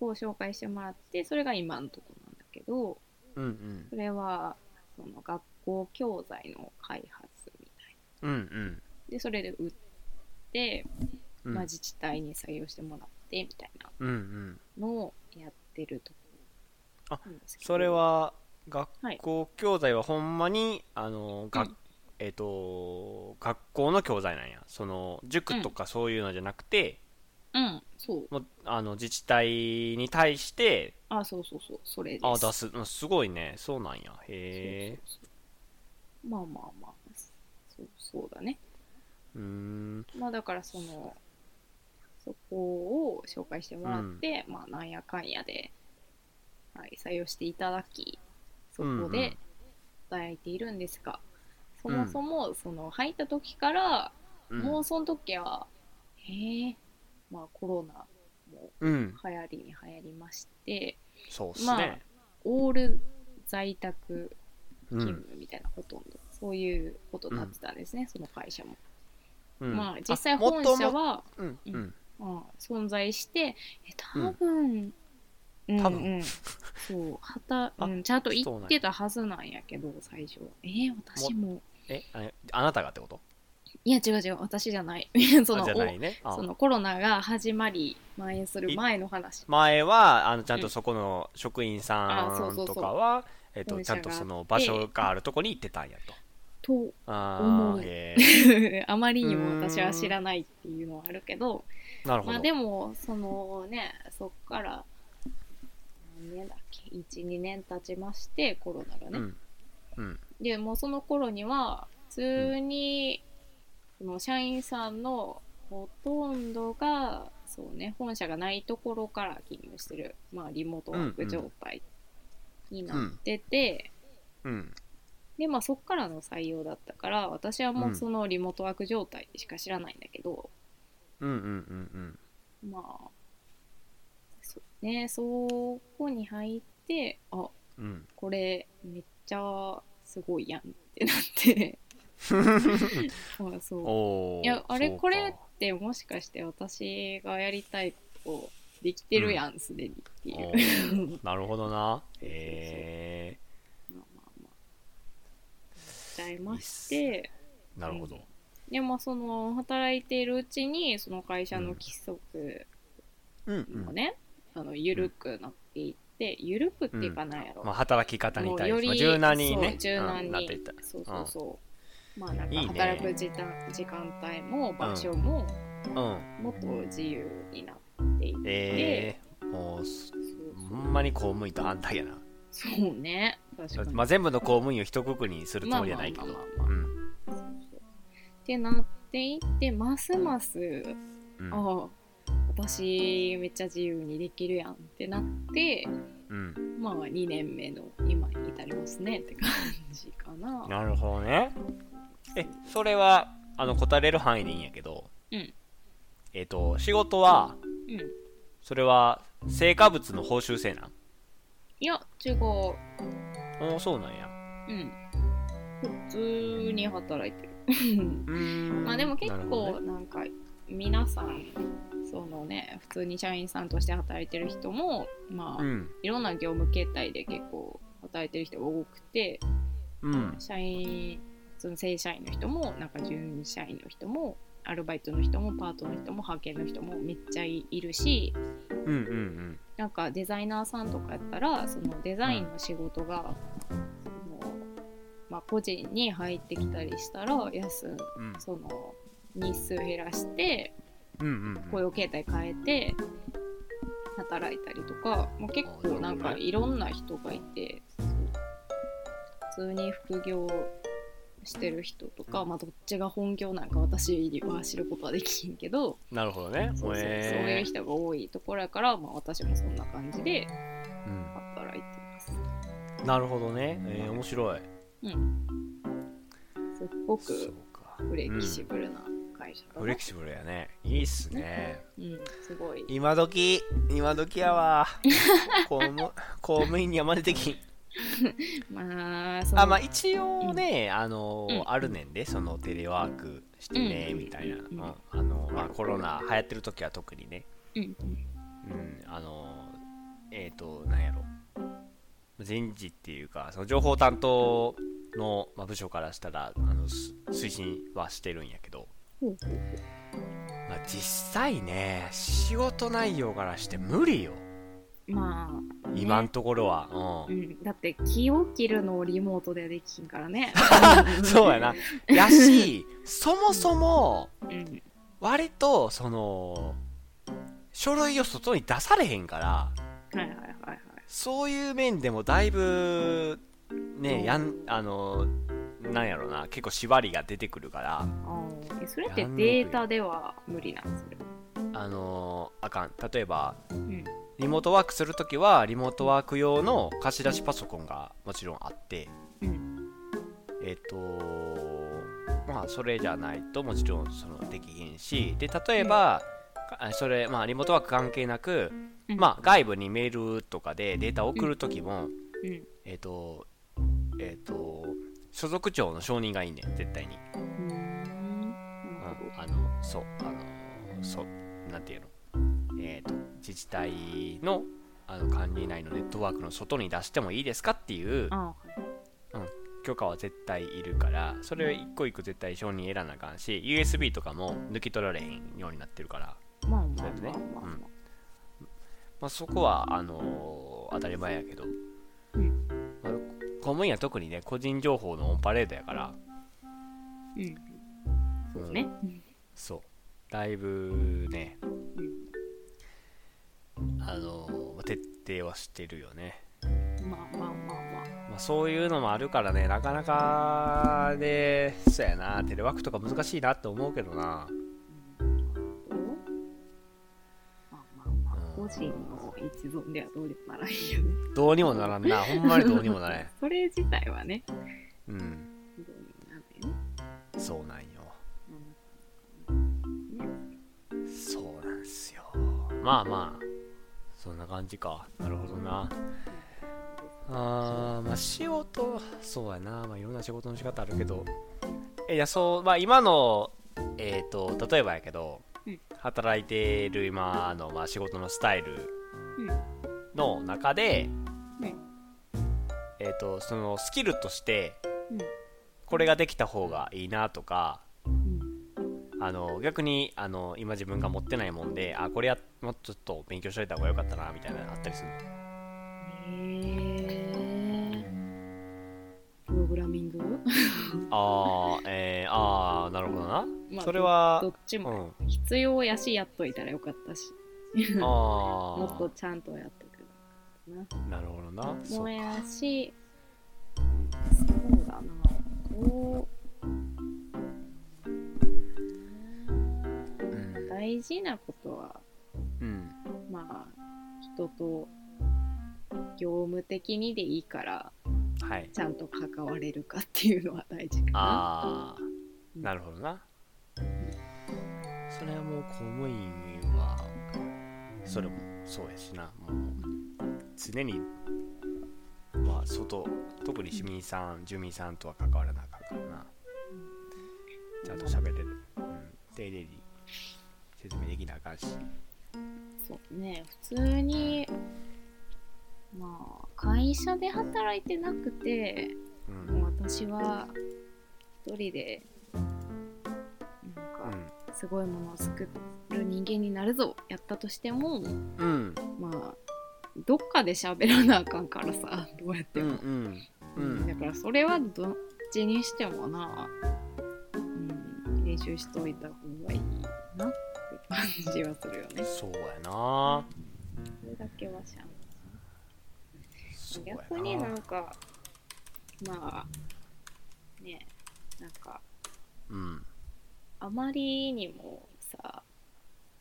Speaker 2: う紹介してもらってそれが今のとこなんだけど
Speaker 1: うんうん。
Speaker 2: それはその学校教材の開発みたい
Speaker 1: うんうん。
Speaker 2: なでそれで売って、
Speaker 1: うん
Speaker 2: まあ、自治体に採用してもらってみたいな
Speaker 1: うんうん。
Speaker 2: のをやってるとこ
Speaker 1: あ
Speaker 2: なんですけど
Speaker 1: それは、学
Speaker 2: はい
Speaker 1: 校教材はほんまに、あの、が
Speaker 2: うん
Speaker 1: えっと、学校の教材なんや。その、塾とかそういうのじゃなくて、
Speaker 2: うんそう
Speaker 1: もうあの自治体に対して
Speaker 2: あそうそうそうそれです
Speaker 1: あ出すうんすごいねそうなんやへえ
Speaker 2: そうそうそうまあまあまあそうそうだね
Speaker 1: うーん
Speaker 2: まあだからそのそこを紹介してもらって、まあなんやかんやで、はい、採用していただきそこ
Speaker 1: うんうん
Speaker 2: で働いているんですが、そもそもその入った時から、
Speaker 1: うん
Speaker 2: もうその時はへえまあコロナも
Speaker 1: うん
Speaker 2: 流行りに流行りまして
Speaker 1: そうっすね、
Speaker 2: まあオール在宅
Speaker 1: う
Speaker 2: 勤
Speaker 1: ん
Speaker 2: 務みたいなほとんど、そういうことになってたんですね、その会社も、
Speaker 1: うん
Speaker 2: まあ実際本社
Speaker 1: もとも
Speaker 2: は
Speaker 1: うんうん
Speaker 2: うん存在してえ
Speaker 1: うん
Speaker 2: 多分、うん、
Speaker 1: 多分
Speaker 2: うん、そうはた、
Speaker 1: あ
Speaker 2: うん、ちゃんと
Speaker 1: そうなんや
Speaker 2: 言ってたはずなんやけど最初えー、私も
Speaker 1: えああなたがってこと
Speaker 2: いや違う違う私じゃない (laughs) そ
Speaker 1: あ
Speaker 2: の
Speaker 1: じゃないね
Speaker 2: お
Speaker 1: あ
Speaker 2: そのコロナが始まり蔓延する前の話
Speaker 1: 前はあのちゃん
Speaker 2: う
Speaker 1: と
Speaker 2: ん
Speaker 1: そこの職員さ
Speaker 2: あそうそ
Speaker 1: ん
Speaker 2: うそ
Speaker 1: と
Speaker 2: う
Speaker 1: かは、えっと
Speaker 2: 本
Speaker 1: ちゃ
Speaker 2: 社
Speaker 1: ん
Speaker 2: が
Speaker 1: とそ
Speaker 2: あ
Speaker 1: の
Speaker 2: って
Speaker 1: 場所があるとこに行ってたんやと
Speaker 2: と
Speaker 1: あ
Speaker 2: 思う
Speaker 1: あへ
Speaker 2: (laughs) あまりにも私は知らないっていうのはあるけど
Speaker 1: えなるほど、
Speaker 2: まあでもそのねそっから何年だっけ12年経ちましてコロナが
Speaker 1: う
Speaker 2: ね、
Speaker 1: んうん
Speaker 2: でもうその頃には普通に、その社員さんのほとんどがそうね本社がないところから勤務してる、まあ、リモートワーク状態になってて、
Speaker 1: うん
Speaker 2: でまあそっからの採用だったから私はもうそのリモートワーク状態しか知らないんだけど、
Speaker 1: うんうんうん
Speaker 2: まあ、そうね、そこに入って、あ、
Speaker 1: うんうん
Speaker 2: これめっちゃすごいやんってな (laughs) って、あそう。
Speaker 1: おお
Speaker 2: いや、あれこれってもしかして私がやりたいことできてるやん、すでにっていう。 (laughs)
Speaker 1: なるほどな
Speaker 2: そうそうそう
Speaker 1: へえ
Speaker 2: まあまあまあ。思っちゃいまして、
Speaker 1: なるほど
Speaker 2: うんでもその働いているうちにその会社の規則
Speaker 1: うんう
Speaker 2: も
Speaker 1: ん
Speaker 2: ね、あの緩くなっていって緩くっていうかなんやろ、
Speaker 1: まあ、働き方に
Speaker 2: もう
Speaker 1: 対
Speaker 2: よ
Speaker 1: して、まあ
Speaker 2: り
Speaker 1: 柔軟に
Speaker 2: そ
Speaker 1: ね
Speaker 2: う柔軟
Speaker 1: う
Speaker 2: に、
Speaker 1: んなっていった
Speaker 2: そうそうそう、まあなんか
Speaker 1: いいね
Speaker 2: 働く時間時間帯も場所も
Speaker 1: うん
Speaker 2: もっと自由になっていって、
Speaker 1: ええもうす
Speaker 2: そう
Speaker 1: ほんまに公務員と反対やな、
Speaker 2: そうね確かに、
Speaker 1: まあ、全部の公務員を一括りにするつもりじゃないけど、
Speaker 2: まあまあまあまあ
Speaker 1: うん
Speaker 2: ってなっていってますます、
Speaker 1: うん
Speaker 2: ああ私めっちゃ自由にできるやんってなって
Speaker 1: うん、
Speaker 2: まあ2年目の今に至りますねって感じかな。
Speaker 1: なるほどねえそれはあの答えれる範囲でいいんやけど、
Speaker 2: うん
Speaker 1: えっ、と仕事は
Speaker 2: うん、
Speaker 1: それは成果物の報酬制なん
Speaker 2: いや違う、
Speaker 1: おーそうなんや
Speaker 2: うん、普通に働いてる。
Speaker 1: うーん
Speaker 2: まあでも結
Speaker 1: なるほど
Speaker 2: 構
Speaker 1: ね
Speaker 2: なんか皆さんそのね普通に社員さんとして働いてる人もまあ、
Speaker 1: うん
Speaker 2: いろんな業務形態で結構働いてる人が多くて
Speaker 1: うん
Speaker 2: 社員普通の正社員の人もなんか準社員の人もアルバイトの人もパートの人も派遣の人もめっちゃいるし
Speaker 1: うんうん
Speaker 2: なんかデザイナーさんとかやったらそのデザインの仕事が、そのまあ、個人に入ってきたりしたら休ん
Speaker 1: うんうん
Speaker 2: その日数減らして
Speaker 1: うんうんうん
Speaker 2: 雇用形態変えて働いたりとかもう結構なんかいろんな人がいてそう普通に副業してる人とか、まあ、どっちが本業なんか私は知ることはできんけど
Speaker 1: なるほどね
Speaker 2: そうそうそうい
Speaker 1: へ
Speaker 2: う
Speaker 1: ー
Speaker 2: 人が多いところやから、まあ、私もそんな感じで
Speaker 1: うん
Speaker 2: 働いてます。
Speaker 1: なるほどね、えー、面白い
Speaker 2: すっご
Speaker 1: そう
Speaker 2: く
Speaker 1: か
Speaker 2: フレキシブルな会社だな、
Speaker 1: フレキシブルやねいいっすね
Speaker 2: うん、すごい。
Speaker 1: 今時今時や
Speaker 2: (laughs)
Speaker 1: わ公務公務員には真似できん
Speaker 2: まあ、その
Speaker 1: あまあ一応ね、あのー
Speaker 2: うん
Speaker 1: あるねんでそのテレワークしてね、
Speaker 2: うん
Speaker 1: みたいな、
Speaker 2: うん
Speaker 1: うんあのまあコロナ流行ってる時は特にね
Speaker 2: うん、
Speaker 1: うんあのーえっ、となんやろ人事っていうかその情報担当の、まあ、部署からしたらあのす推進はしてるんやけど、
Speaker 2: うん
Speaker 1: まあ、実際ね仕事内容からして無理よ
Speaker 2: まあ、ね
Speaker 1: 今のところは、
Speaker 2: う
Speaker 1: うん。
Speaker 2: ん、だって気を切るのをリモートでできんからね
Speaker 1: (laughs) そうやな。やしそもそも
Speaker 2: うん。
Speaker 1: 割とその書類を外に出されへんから
Speaker 2: はいはいはいはい。
Speaker 1: そういう面でもだいぶねやんあのなんやろな結構縛りが出てくるから
Speaker 2: あーえそれってデータでは無理なんそれ。
Speaker 1: あのあかん例えば
Speaker 2: うん。
Speaker 1: リモートワークするときはリモートワーク用の貸し出しパソコンがもちろんあって
Speaker 2: うん。
Speaker 1: えっ、とまあそれじゃないともちろんそのできひんしで例えば、あそれまあリモートワーク関係なく、
Speaker 2: うん
Speaker 1: まあ外部にメールとかでデータを送るときも、
Speaker 2: うん。
Speaker 1: えっ、とえっ、と所属長の承認がいいねん絶対に、
Speaker 2: うーん。
Speaker 1: う
Speaker 2: なる
Speaker 1: ん、
Speaker 2: ほ
Speaker 1: あのそうあのそうなんていうのえっ、と自治体のあの管理内のネットワークの外に出してもいいですかっていう
Speaker 2: ど。あ
Speaker 1: 許可は絶対いるからそれを一個一個絶対承認得らなあかんし USB とかも抜き取られへんようになってるから、
Speaker 2: ーまあまあ
Speaker 1: そう
Speaker 2: ま
Speaker 1: やね
Speaker 2: あまあま
Speaker 1: まあ、そこはあのー当たり前やけど、
Speaker 2: うん
Speaker 1: まあ公務員は特にね個人情報のオンパレードやから
Speaker 2: あ。うん。そうね。
Speaker 1: そうだいぶね
Speaker 2: うん
Speaker 1: あのー徹底はしてるよね、
Speaker 2: まあまあまあまあ。
Speaker 1: まあ、そういうのもあるからねなかなかねそうやなテレワークとか難しいなって思うけどな
Speaker 2: まあまあまあ、
Speaker 1: うん
Speaker 2: 個人の一存ではどうにもならんよね。
Speaker 1: どうにもならんなほんまにどうにもな
Speaker 2: (laughs)
Speaker 1: らん
Speaker 2: それ自体はね、
Speaker 1: うん
Speaker 2: どうにもならんよね。
Speaker 1: そうなんよ
Speaker 2: うん
Speaker 1: そうなんすよまあまあそんな感じかなるほどなあーまあ仕事そうやなまあいろんな仕事の仕方あるけどえいやそうまあ今のえっ、と例えばやけど、
Speaker 2: うん
Speaker 1: 働いてる今の、まあ、仕事のスタイルの中で、
Speaker 2: ね
Speaker 1: えっ、とそのスキルとして
Speaker 2: うん
Speaker 1: これができた方がいいなとか
Speaker 2: うん
Speaker 1: あの逆にあの今自分が持ってないもんであこれやもうちょっと勉強しといた方が良かったなみたいなのあったりするの
Speaker 2: へープログラミング
Speaker 1: あー、えー、あーなるほどな、
Speaker 2: まあ
Speaker 1: それは
Speaker 2: どどっち
Speaker 1: う
Speaker 2: も
Speaker 1: ん
Speaker 2: 必要やしやっといたらよかったし (laughs)
Speaker 1: あ
Speaker 2: もっと
Speaker 1: ー
Speaker 2: ちゃんとやっとく
Speaker 1: なるほどなそう
Speaker 2: も
Speaker 1: か
Speaker 2: やしそうだなこ
Speaker 1: う
Speaker 2: うん大事なことは
Speaker 1: うん
Speaker 2: まあ人と業務的にでいいから
Speaker 1: はい
Speaker 2: ちゃんと関われるかっていうのは大事かな
Speaker 1: ああなるほどなそれはもう公務員はそれもそうやしなもう常にまあ外特に市民さん住民さんとは関わらなあかんからなちゃんと喋れる、うん、丁寧に説明できなあかんし
Speaker 2: そうね普通にまあ会社で働いてなくて
Speaker 1: うんう
Speaker 2: もうん私は一人でなんかすごいものを作る人間になるぞやったとしても
Speaker 1: うん
Speaker 2: まあどっかで喋らなあかんからさどうやって
Speaker 1: うんう
Speaker 2: も、
Speaker 1: んうん
Speaker 2: だからそれはどっちにしてもな、うん、練習しといた方がいいなって感じはするよね
Speaker 1: そうやな
Speaker 2: それだけはしゃん
Speaker 1: そうや
Speaker 2: 逆にな
Speaker 1: なん
Speaker 2: かまあねなんか
Speaker 1: うん
Speaker 2: あまりにもさ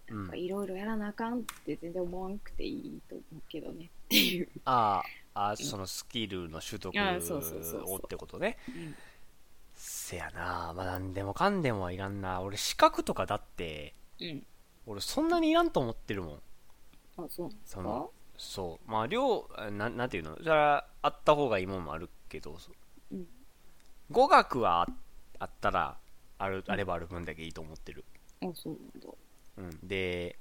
Speaker 1: う
Speaker 2: なん
Speaker 1: ん
Speaker 2: かいろいろやらなあかんって全然思わんくていいと思うけどねっていう、
Speaker 1: あーあーそのスキルの取得
Speaker 2: あーそうそうそうそう
Speaker 1: をってことねせやなまあ何でもかんでもはいらんな俺資格とかだって
Speaker 2: うん
Speaker 1: 俺そんなにいらんと思ってるもん
Speaker 2: あそうなんです
Speaker 1: そ
Speaker 2: か
Speaker 1: のそうまあ量ななんていうのそれはあった方がいいもんもあるけど、そ
Speaker 2: うん
Speaker 1: 語学はああったらあるあればある分だけいいと思ってる、
Speaker 2: あそうなんだ
Speaker 1: うん、で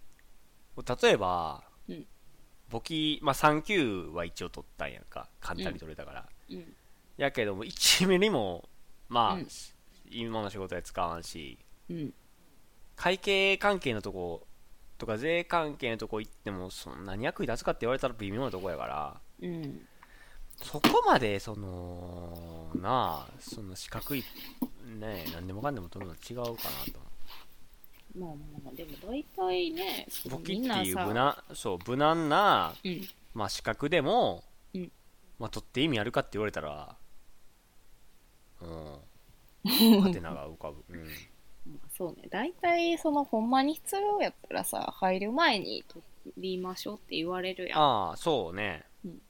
Speaker 1: 例えば、
Speaker 2: うん
Speaker 1: 簿記、まあ、3級は一応取ったんやんか簡単に取れたから、
Speaker 2: うん
Speaker 1: やけども1ミリもまあ、
Speaker 2: うん
Speaker 1: 今の仕事で使わんし
Speaker 2: うん
Speaker 1: 会計関係のとことか税関係のとこ行ってもそんなに役に立つかって言われたら微妙なとこやから
Speaker 2: うん
Speaker 1: そこまでそのなあその四角いねえ何でもかんでも取るの違うかなと
Speaker 2: まあまあまあでも大体ねその
Speaker 1: 簿記
Speaker 2: み
Speaker 1: っ
Speaker 2: ん
Speaker 1: て
Speaker 2: な
Speaker 1: いう
Speaker 2: さ
Speaker 1: 無難そう無難な、
Speaker 2: うん
Speaker 1: まあ、資格でも、
Speaker 2: うん
Speaker 1: まあ、取って意味あるかって言われたらうん
Speaker 2: (laughs)
Speaker 1: ハテナが浮かぶ、うん、
Speaker 2: まあそうね大体そのほんまに必要やったらさ入る前に取りましょうって言われるやん
Speaker 1: ああそうね、
Speaker 2: うん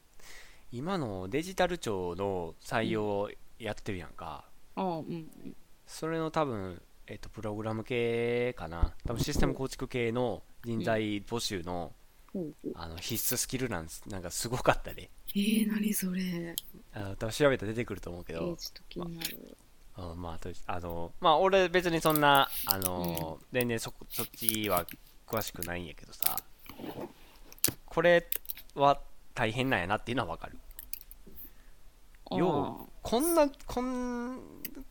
Speaker 1: 今のデジタル庁の採用やってるやんか、
Speaker 2: うんうんうん
Speaker 1: それの多分、えっと、プログラム系かな多分システム構築系の人材募集の,、
Speaker 2: ほうほう
Speaker 1: あの必須スキルなんすなんかすごかったで、
Speaker 2: えー、何それえ
Speaker 1: あの多分調べたら出てくると思うけ
Speaker 2: ー、ち
Speaker 1: ど
Speaker 2: ょっ、と気になる
Speaker 1: うんまあとりあえずあのまあ俺別にそんなあの、全然そこそっちは詳しくないんやけどさこれは大変なんやなっていうのはわかるようこんなこん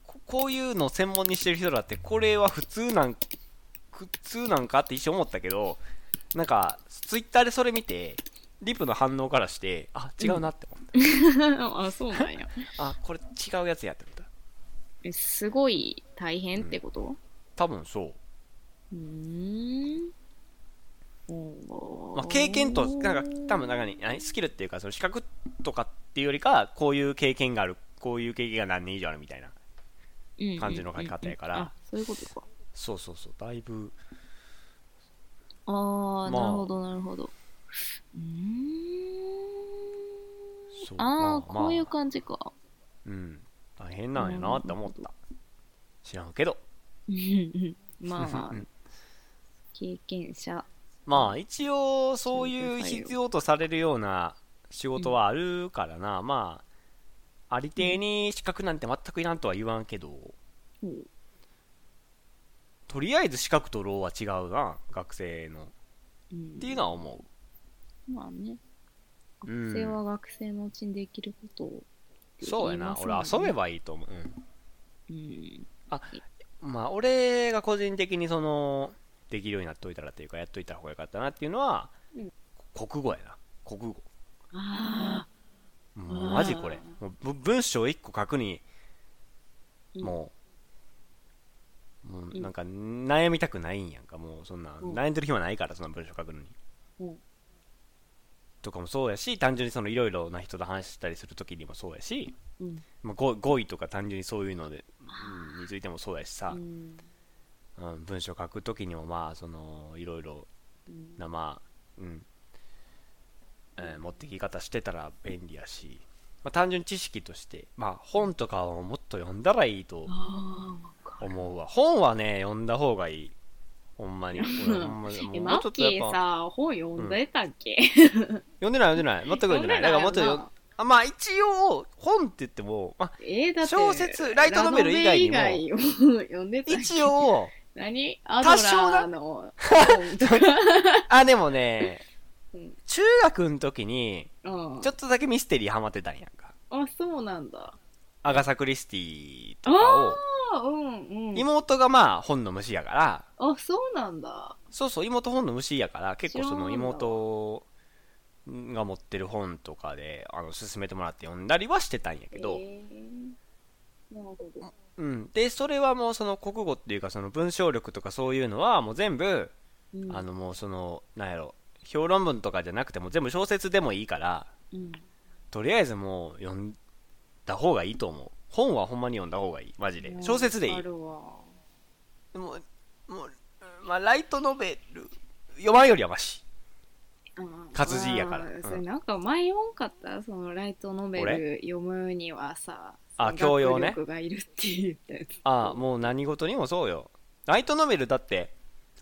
Speaker 1: ここういうの専門にしてる人だってこれは普通なん普通なんかって一瞬思ったけどなんかツイッターでそれ見てリプの反応からしてあ違うなって思った、
Speaker 2: (laughs) ああそうなんや
Speaker 1: あこれ違うやつやって思った
Speaker 2: えすごい大変ってこと
Speaker 1: 多分そう
Speaker 2: うーん
Speaker 1: まあ、経験となんか多分
Speaker 2: な
Speaker 1: 中に何スキルっていうかその資格とかっていうよりかこういう経験があるこういう経験が何年以上あるみたいな感じの書き方やから
Speaker 2: あそういうことか
Speaker 1: そうそうそうだいぶ
Speaker 2: あー、
Speaker 1: まあ
Speaker 2: なるほどなるほどうーん
Speaker 1: そう
Speaker 2: ああ
Speaker 1: まま
Speaker 2: こういう感じか
Speaker 1: うん大変なんやなって思った知らんけど
Speaker 2: うんうん
Speaker 1: (laughs)
Speaker 2: まあ
Speaker 1: うん
Speaker 2: 経験者
Speaker 1: まあ一応そういう必要とされるような仕事はあるからな、まあありていに資格なんて全くいらんとは言わんけど、
Speaker 2: うん
Speaker 1: とりあえず資格とローは違うな学生のっていうのは思う
Speaker 2: まあね
Speaker 1: うん
Speaker 2: 学生は学生のうちにできることをって言いますもんね
Speaker 1: そうやな、俺遊べばいいと思う。うん
Speaker 2: うん
Speaker 1: まあ、俺が個人的にそのできるようになっといたらというかやっといた方がよかったなっていうのは、
Speaker 2: うん
Speaker 1: 国語やな国語
Speaker 2: あ
Speaker 1: もうマジこれもうぶ文章1個書くに
Speaker 2: うん
Speaker 1: もう,、もうんなんか悩みたくないんやんかもうそんな、
Speaker 2: うん
Speaker 1: 悩んでる暇ないからそんな文章書くのに、
Speaker 2: うん
Speaker 1: とかもそうやし単純にそのいろいろな人と話したりするときにもそうやし、
Speaker 2: あ、うん。
Speaker 1: まあ、語語彙とか単純にそういうので、うんについてもそうやしさ
Speaker 2: う、ん
Speaker 1: うん、文章書くときにもまあそのいろいろ
Speaker 2: うん
Speaker 1: なまあうん、えー持ってき方してたら便利やし、まあ、単純に知識としてまあ本とかをもっと読んだらいいと
Speaker 2: あーわかる
Speaker 1: 思うわ本はね読んだ方がいいほんまに俺ほんまにも
Speaker 2: え、
Speaker 1: う
Speaker 2: マッキー
Speaker 1: っぱ
Speaker 2: さ、本読んでたっけ、
Speaker 1: 読んでない読んでない全く読んでないだからもっとよ
Speaker 2: 読んでないよな
Speaker 1: あまあ一応本って言っても、まあ、
Speaker 2: えーだって
Speaker 1: 小説ライトノベル以外にも
Speaker 2: ラノベ以外を読んでたっけ
Speaker 1: 一応
Speaker 2: 何アドラーの本とか。
Speaker 1: あでもね
Speaker 2: うん
Speaker 1: 中学の時に
Speaker 2: う
Speaker 1: (laughs)
Speaker 2: ん
Speaker 1: ちょっとだけミステリーハマってたんやんか
Speaker 2: あ、そうなんだ。
Speaker 1: アガサ・クリスティとかを
Speaker 2: ああ、うんうん。
Speaker 1: 妹がまあ本の虫やから
Speaker 2: あ、そうなんだ。
Speaker 1: そうそう妹本の虫やから結構その
Speaker 2: 知らんわ
Speaker 1: 妹が持ってる本とかであの勧めてもらって読んだりはしてたんやけど、
Speaker 2: えーなるほど。
Speaker 1: うん、でそれはもうその国語っていうかその文章力とかそういうのはもう全部、
Speaker 2: うん
Speaker 1: あのもうそのなんやろ評論文とかじゃなくても全部小説でもいいから
Speaker 2: うん
Speaker 1: とりあえずもう読んだ方がいいと思う本はほんまに読んだ方がいいマジで
Speaker 2: うん
Speaker 1: 小説でいい
Speaker 2: あるわ。
Speaker 1: でももう、まあ、ライトノベル読まんよりはマシ
Speaker 2: うん
Speaker 1: 活字やから
Speaker 2: あー
Speaker 1: うん
Speaker 2: それなんか前読んかったそのライトノベル読むにはさ、
Speaker 1: あ
Speaker 2: その
Speaker 1: 教養ね
Speaker 2: 学力がいるって言ったやつ。
Speaker 1: ああもう何事にもそうよライトノベルだって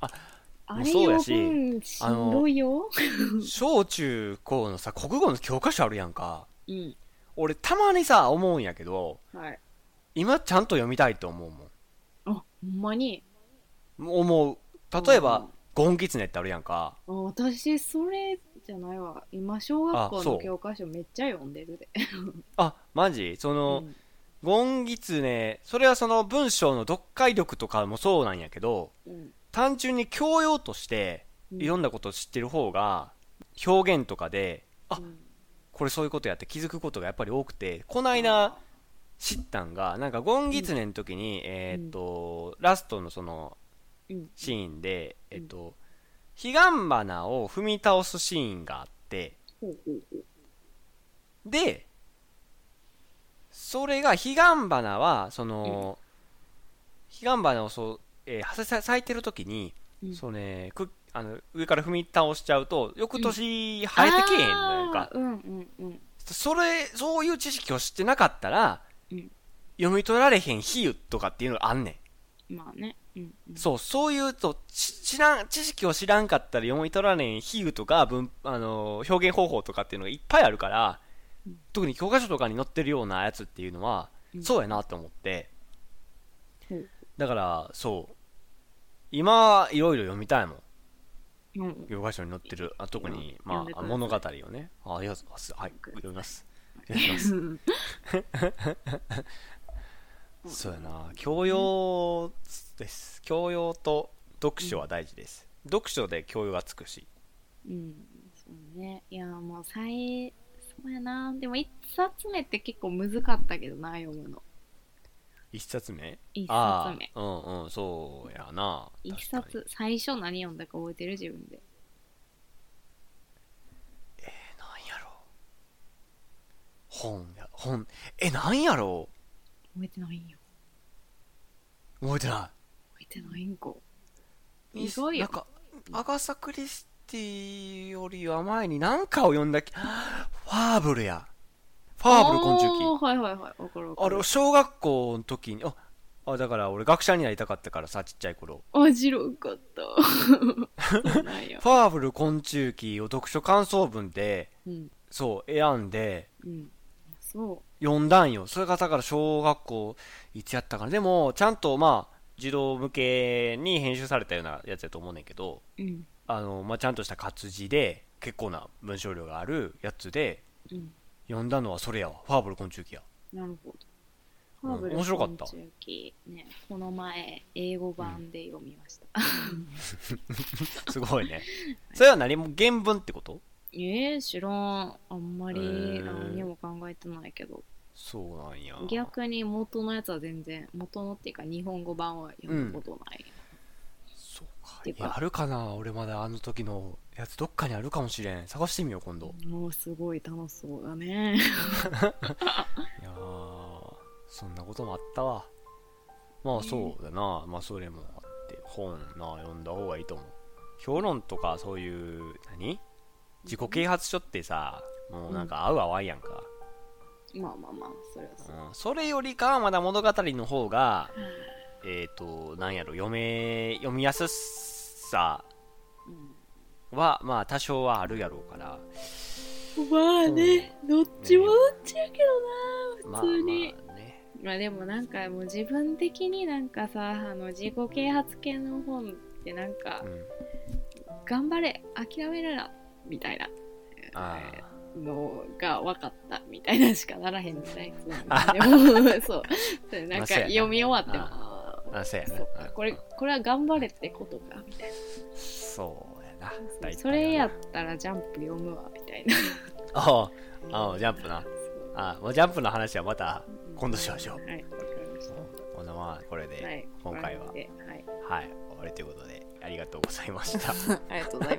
Speaker 2: あれ
Speaker 1: そう
Speaker 2: 読
Speaker 1: やし
Speaker 2: むしんどいよ。
Speaker 1: 小中高のさ国語の教科書あるやんか
Speaker 2: うん。
Speaker 1: 俺たまにさ思うんやけど
Speaker 2: はい。
Speaker 1: 今ちゃんと読みたいと思う
Speaker 2: あ、ほんまに。
Speaker 1: もん思う例えば「ゴンキツネ」ってあるやんか
Speaker 2: あ私それじゃないわ今小学
Speaker 1: あ
Speaker 2: 校
Speaker 1: そ
Speaker 2: の
Speaker 1: う
Speaker 2: 教科書めっちゃ読んでるで
Speaker 1: あマジその
Speaker 2: うん
Speaker 1: 「ゴンギツネ」それはその文章の読解力とかもそうなんやけど
Speaker 2: うん
Speaker 1: 単純に教養として
Speaker 2: うん
Speaker 1: いろんなことを知ってる方が表現とかであ
Speaker 2: うん
Speaker 1: これそういうことやって気づくことがやっぱり多くてこないだ知ったんがなんかゴンギツネの時に、えーっと、ラストのその
Speaker 2: うん
Speaker 1: シーンで、
Speaker 2: うん
Speaker 1: えっと、彼岸花を踏み倒すシーンがあって、
Speaker 2: ほうほうほう
Speaker 1: で、それが彼岸花は、その、彼岸花をそう、えーはさ咲いてる時に、
Speaker 2: うん
Speaker 1: そうね、くあの上から踏み倒しちゃうと、翌年生えてけえへんのやんか
Speaker 2: あ。ーうんうんうん
Speaker 1: それ、そういう知識を知ってなかったら、
Speaker 2: うん
Speaker 1: 読み取られへん比喩とかっていうのがあんねん。
Speaker 2: まあねうんうん
Speaker 1: そう、そういうと、ち知らん、知識を知らんかったら読み取られん比喩とか文、あのー、表現方法とかっていうのがいっぱいあるから、
Speaker 2: うん
Speaker 1: 特に教科書とかに載ってるようなやつっていうのは、
Speaker 2: うん
Speaker 1: そうやなと思って、
Speaker 2: うん
Speaker 1: だから、そう。今、いろいろ読みたいもん。
Speaker 2: うん
Speaker 1: 教科書に載ってる、あ特に、
Speaker 2: うん
Speaker 1: ま
Speaker 2: 読んでく
Speaker 1: あ、
Speaker 2: ださい
Speaker 1: 物語をね。あ、ありがとうございます。はい、読みます。読みます。
Speaker 2: (laughs) うん
Speaker 1: そうやな教養です教養と読書は大事です、読書で教養がつくし
Speaker 2: (laughs) うんそうねいやもう最そうやなでも一冊目って結構難かったけどな読むの
Speaker 1: 一冊目
Speaker 2: 一冊
Speaker 1: あ
Speaker 2: 目
Speaker 1: あうんうんそうやな確
Speaker 2: 一
Speaker 1: かに
Speaker 2: 冊最初何読んだか覚えてる自分で
Speaker 1: えなんやろ本や本えなんやろ
Speaker 2: 覚えてないんよ
Speaker 1: 覚えてな
Speaker 2: 覚えてないんか
Speaker 1: い
Speaker 2: すごいよ
Speaker 1: なんかアガサ・クリスティよりは前に何かを読んだき (gasps) ファーブルやファーブル昆虫記
Speaker 2: あーはいはいはいわかるわか
Speaker 1: あ
Speaker 2: る
Speaker 1: れ、小学校の時に、あ、あだから俺学者になりたかったからさ、ちっちゃい頃。
Speaker 2: 味白かった。
Speaker 1: (laughs)
Speaker 2: そうなんや。
Speaker 1: ファーブル昆虫記を読書感想文で、
Speaker 2: うん。
Speaker 1: そう、選んで、
Speaker 2: うん。そ
Speaker 1: 読んだんよ。それがだから小学校、いつやったかな。でも、ちゃんとまあ、児童向けに編集されたようなやつやと思うねんけど、
Speaker 2: う。うん。
Speaker 1: あの、まあ、ちゃんとした活字で、結構な文章量があるやつで、
Speaker 2: うん。
Speaker 1: 読んだのはそれやわ。ファーブル昆虫記や。
Speaker 2: なるほど。ファーブル
Speaker 1: 面白かった
Speaker 2: 昆虫記ね、この前、英語版で読みました。 (laughs)
Speaker 1: すごいね。それは何も原文ってこと
Speaker 2: えー、知らん。あんま
Speaker 1: へ
Speaker 2: り
Speaker 1: ー
Speaker 2: 何にも考えてないけど、
Speaker 1: そうなんや。
Speaker 2: 逆に元のやつは全然、元のっていうか日本語版は読むことない。
Speaker 1: そうか。
Speaker 2: て
Speaker 1: い
Speaker 2: か
Speaker 1: や、あるかな俺まだあの時のやつどっかにあるかもしれん。探してみよう、今度。
Speaker 2: もうすごい楽しそうだね。 (laughs)
Speaker 1: いやーそんなこともあったわ。まあそうだな。まあそれもあって、本な、読んだ方がいいと思う。評論とかそういう、何自己啓発書ってさ、もうなんか合う合わんやんか。
Speaker 2: まあまあまあ、それはそう。
Speaker 1: うん、それよりかはまだ物語の方が、えっ、と、なんやろ、読め、読みやすさ
Speaker 2: うん
Speaker 1: は、まあ多少はあるやろうから。
Speaker 2: まあね、どっちもどっちやけど
Speaker 1: ま
Speaker 2: な、
Speaker 1: あ
Speaker 2: 普通に。
Speaker 1: まあね。
Speaker 2: まあでもなんかもう自分的になんかさ、あの自己啓発系の本ってなんか
Speaker 1: う、ん。
Speaker 2: 頑張れ、諦めるな、みたいな
Speaker 1: あ
Speaker 2: のが分かったみたいなしかならへんみたいな。でも、そう。そうなん
Speaker 1: まあ
Speaker 2: か
Speaker 1: そうやな
Speaker 2: 読み終わっても、あ
Speaker 1: あ、あそうや
Speaker 2: ー
Speaker 1: な。
Speaker 2: そうか
Speaker 1: うん
Speaker 2: これ、これは頑張れってことか、みたい
Speaker 1: そうやな。大体は
Speaker 2: な。
Speaker 1: な
Speaker 2: それやったらジャンプ読むわ、みたいな。
Speaker 1: ああ、ああジャンプな
Speaker 2: そ。う
Speaker 1: ああ、もうジャンプの話はまた今度しましょう。
Speaker 2: はい、わかりまし
Speaker 1: こんなままこれ
Speaker 2: た。は
Speaker 1: で、
Speaker 2: い、
Speaker 1: 今回は
Speaker 2: こんな感じではい、
Speaker 1: はい、終わりということで、ありがとうございました。
Speaker 2: ありがとうございます。